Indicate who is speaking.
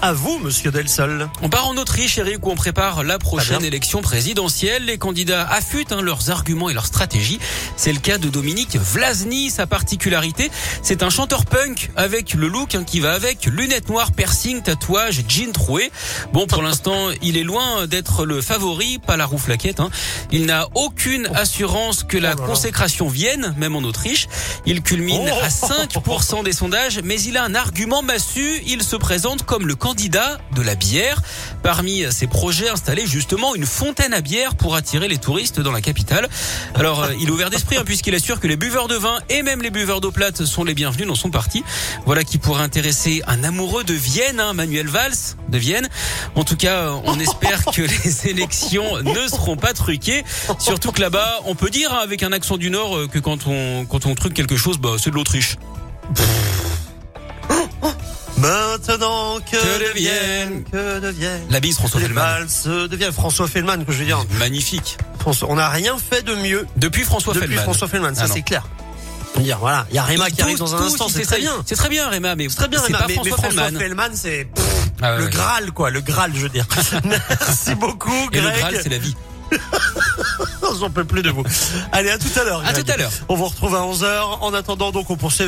Speaker 1: À vous, monsieur Delsol.
Speaker 2: On part en Autriche, Eric, où on prépare la prochaine
Speaker 1: bien.
Speaker 2: élection présidentielle. Les candidats affûtent hein, leurs arguments et leurs stratégies. C'est le cas de Dominique Vlasny. Sa particularité, c'est un chanteur punk avec le look hein, qui va avec lunettes noires, piercing, tatouage, jean troué. Bon, pour l'instant, il est loin d'être le favori, pas la roue flaquette. hein. Il n'a aucune assurance que la
Speaker 1: Oh là là.
Speaker 2: consécration vienne, même en Autriche. Il culmine
Speaker 1: Oh
Speaker 2: à 5% des sondages, mais il a un argument massu. Il se présente comme le candidat de la bière. Parmi ses projets installés, justement, une fontaine à bière pour attirer les touristes dans la capitale. Alors, euh, il est ouvert d'esprit, hein, puisqu'il assure que les buveurs de vin et même les buveurs d'eau plate sont les bienvenus dans son parti. Voilà qui pourrait intéresser un amoureux de Vienne, hein, Manuel Valls de Vienne. En tout cas, euh, on espère que les élections ne seront pas truquées. Surtout que là-bas, on peut dire hein, avec un accent du Nord euh, que quand on, quand on truque quelque chose, bah, c'est de l'Autriche.
Speaker 1: Maintenant que,
Speaker 2: Que
Speaker 1: deviennent,
Speaker 2: deviennent-
Speaker 1: que deviennent
Speaker 2: La bise, François
Speaker 1: les
Speaker 2: Feldman.
Speaker 1: balles se deviennent François Feldman, que je veux dire.
Speaker 2: Magnifique.
Speaker 1: François- on n'a rien fait de mieux
Speaker 2: Depuis François
Speaker 1: depuis
Speaker 2: Feldman.
Speaker 1: François Feldman, ça
Speaker 2: Ah non.
Speaker 1: c'est clair. Je veux Dire, voilà, il y a Rema
Speaker 2: Tous-
Speaker 1: qui arrive dans un
Speaker 2: tous,
Speaker 1: instant,
Speaker 2: ils
Speaker 1: c'est très
Speaker 2: essayent.
Speaker 1: bien.
Speaker 2: C'est très bien, Réma, mais
Speaker 1: C'est très bien
Speaker 2: c'est
Speaker 1: Rema,
Speaker 2: pas
Speaker 1: mais, mais
Speaker 2: François
Speaker 1: François
Speaker 2: Feldman.
Speaker 1: Feldman, c'est pff,
Speaker 2: Ah ouais,
Speaker 1: le
Speaker 2: ouais.
Speaker 1: Graal, quoi, le Graal, je veux dire. Merci beaucoup,
Speaker 2: Et le
Speaker 1: Greg.
Speaker 2: Graal, c'est la vie.
Speaker 1: J'en peux plus de vous. Allez, à tout à l'heure.
Speaker 2: À
Speaker 1: Greg. Ah,
Speaker 2: tout à l'heure.
Speaker 1: On vous retrouve à 11h. En attendant, donc, on poursuit.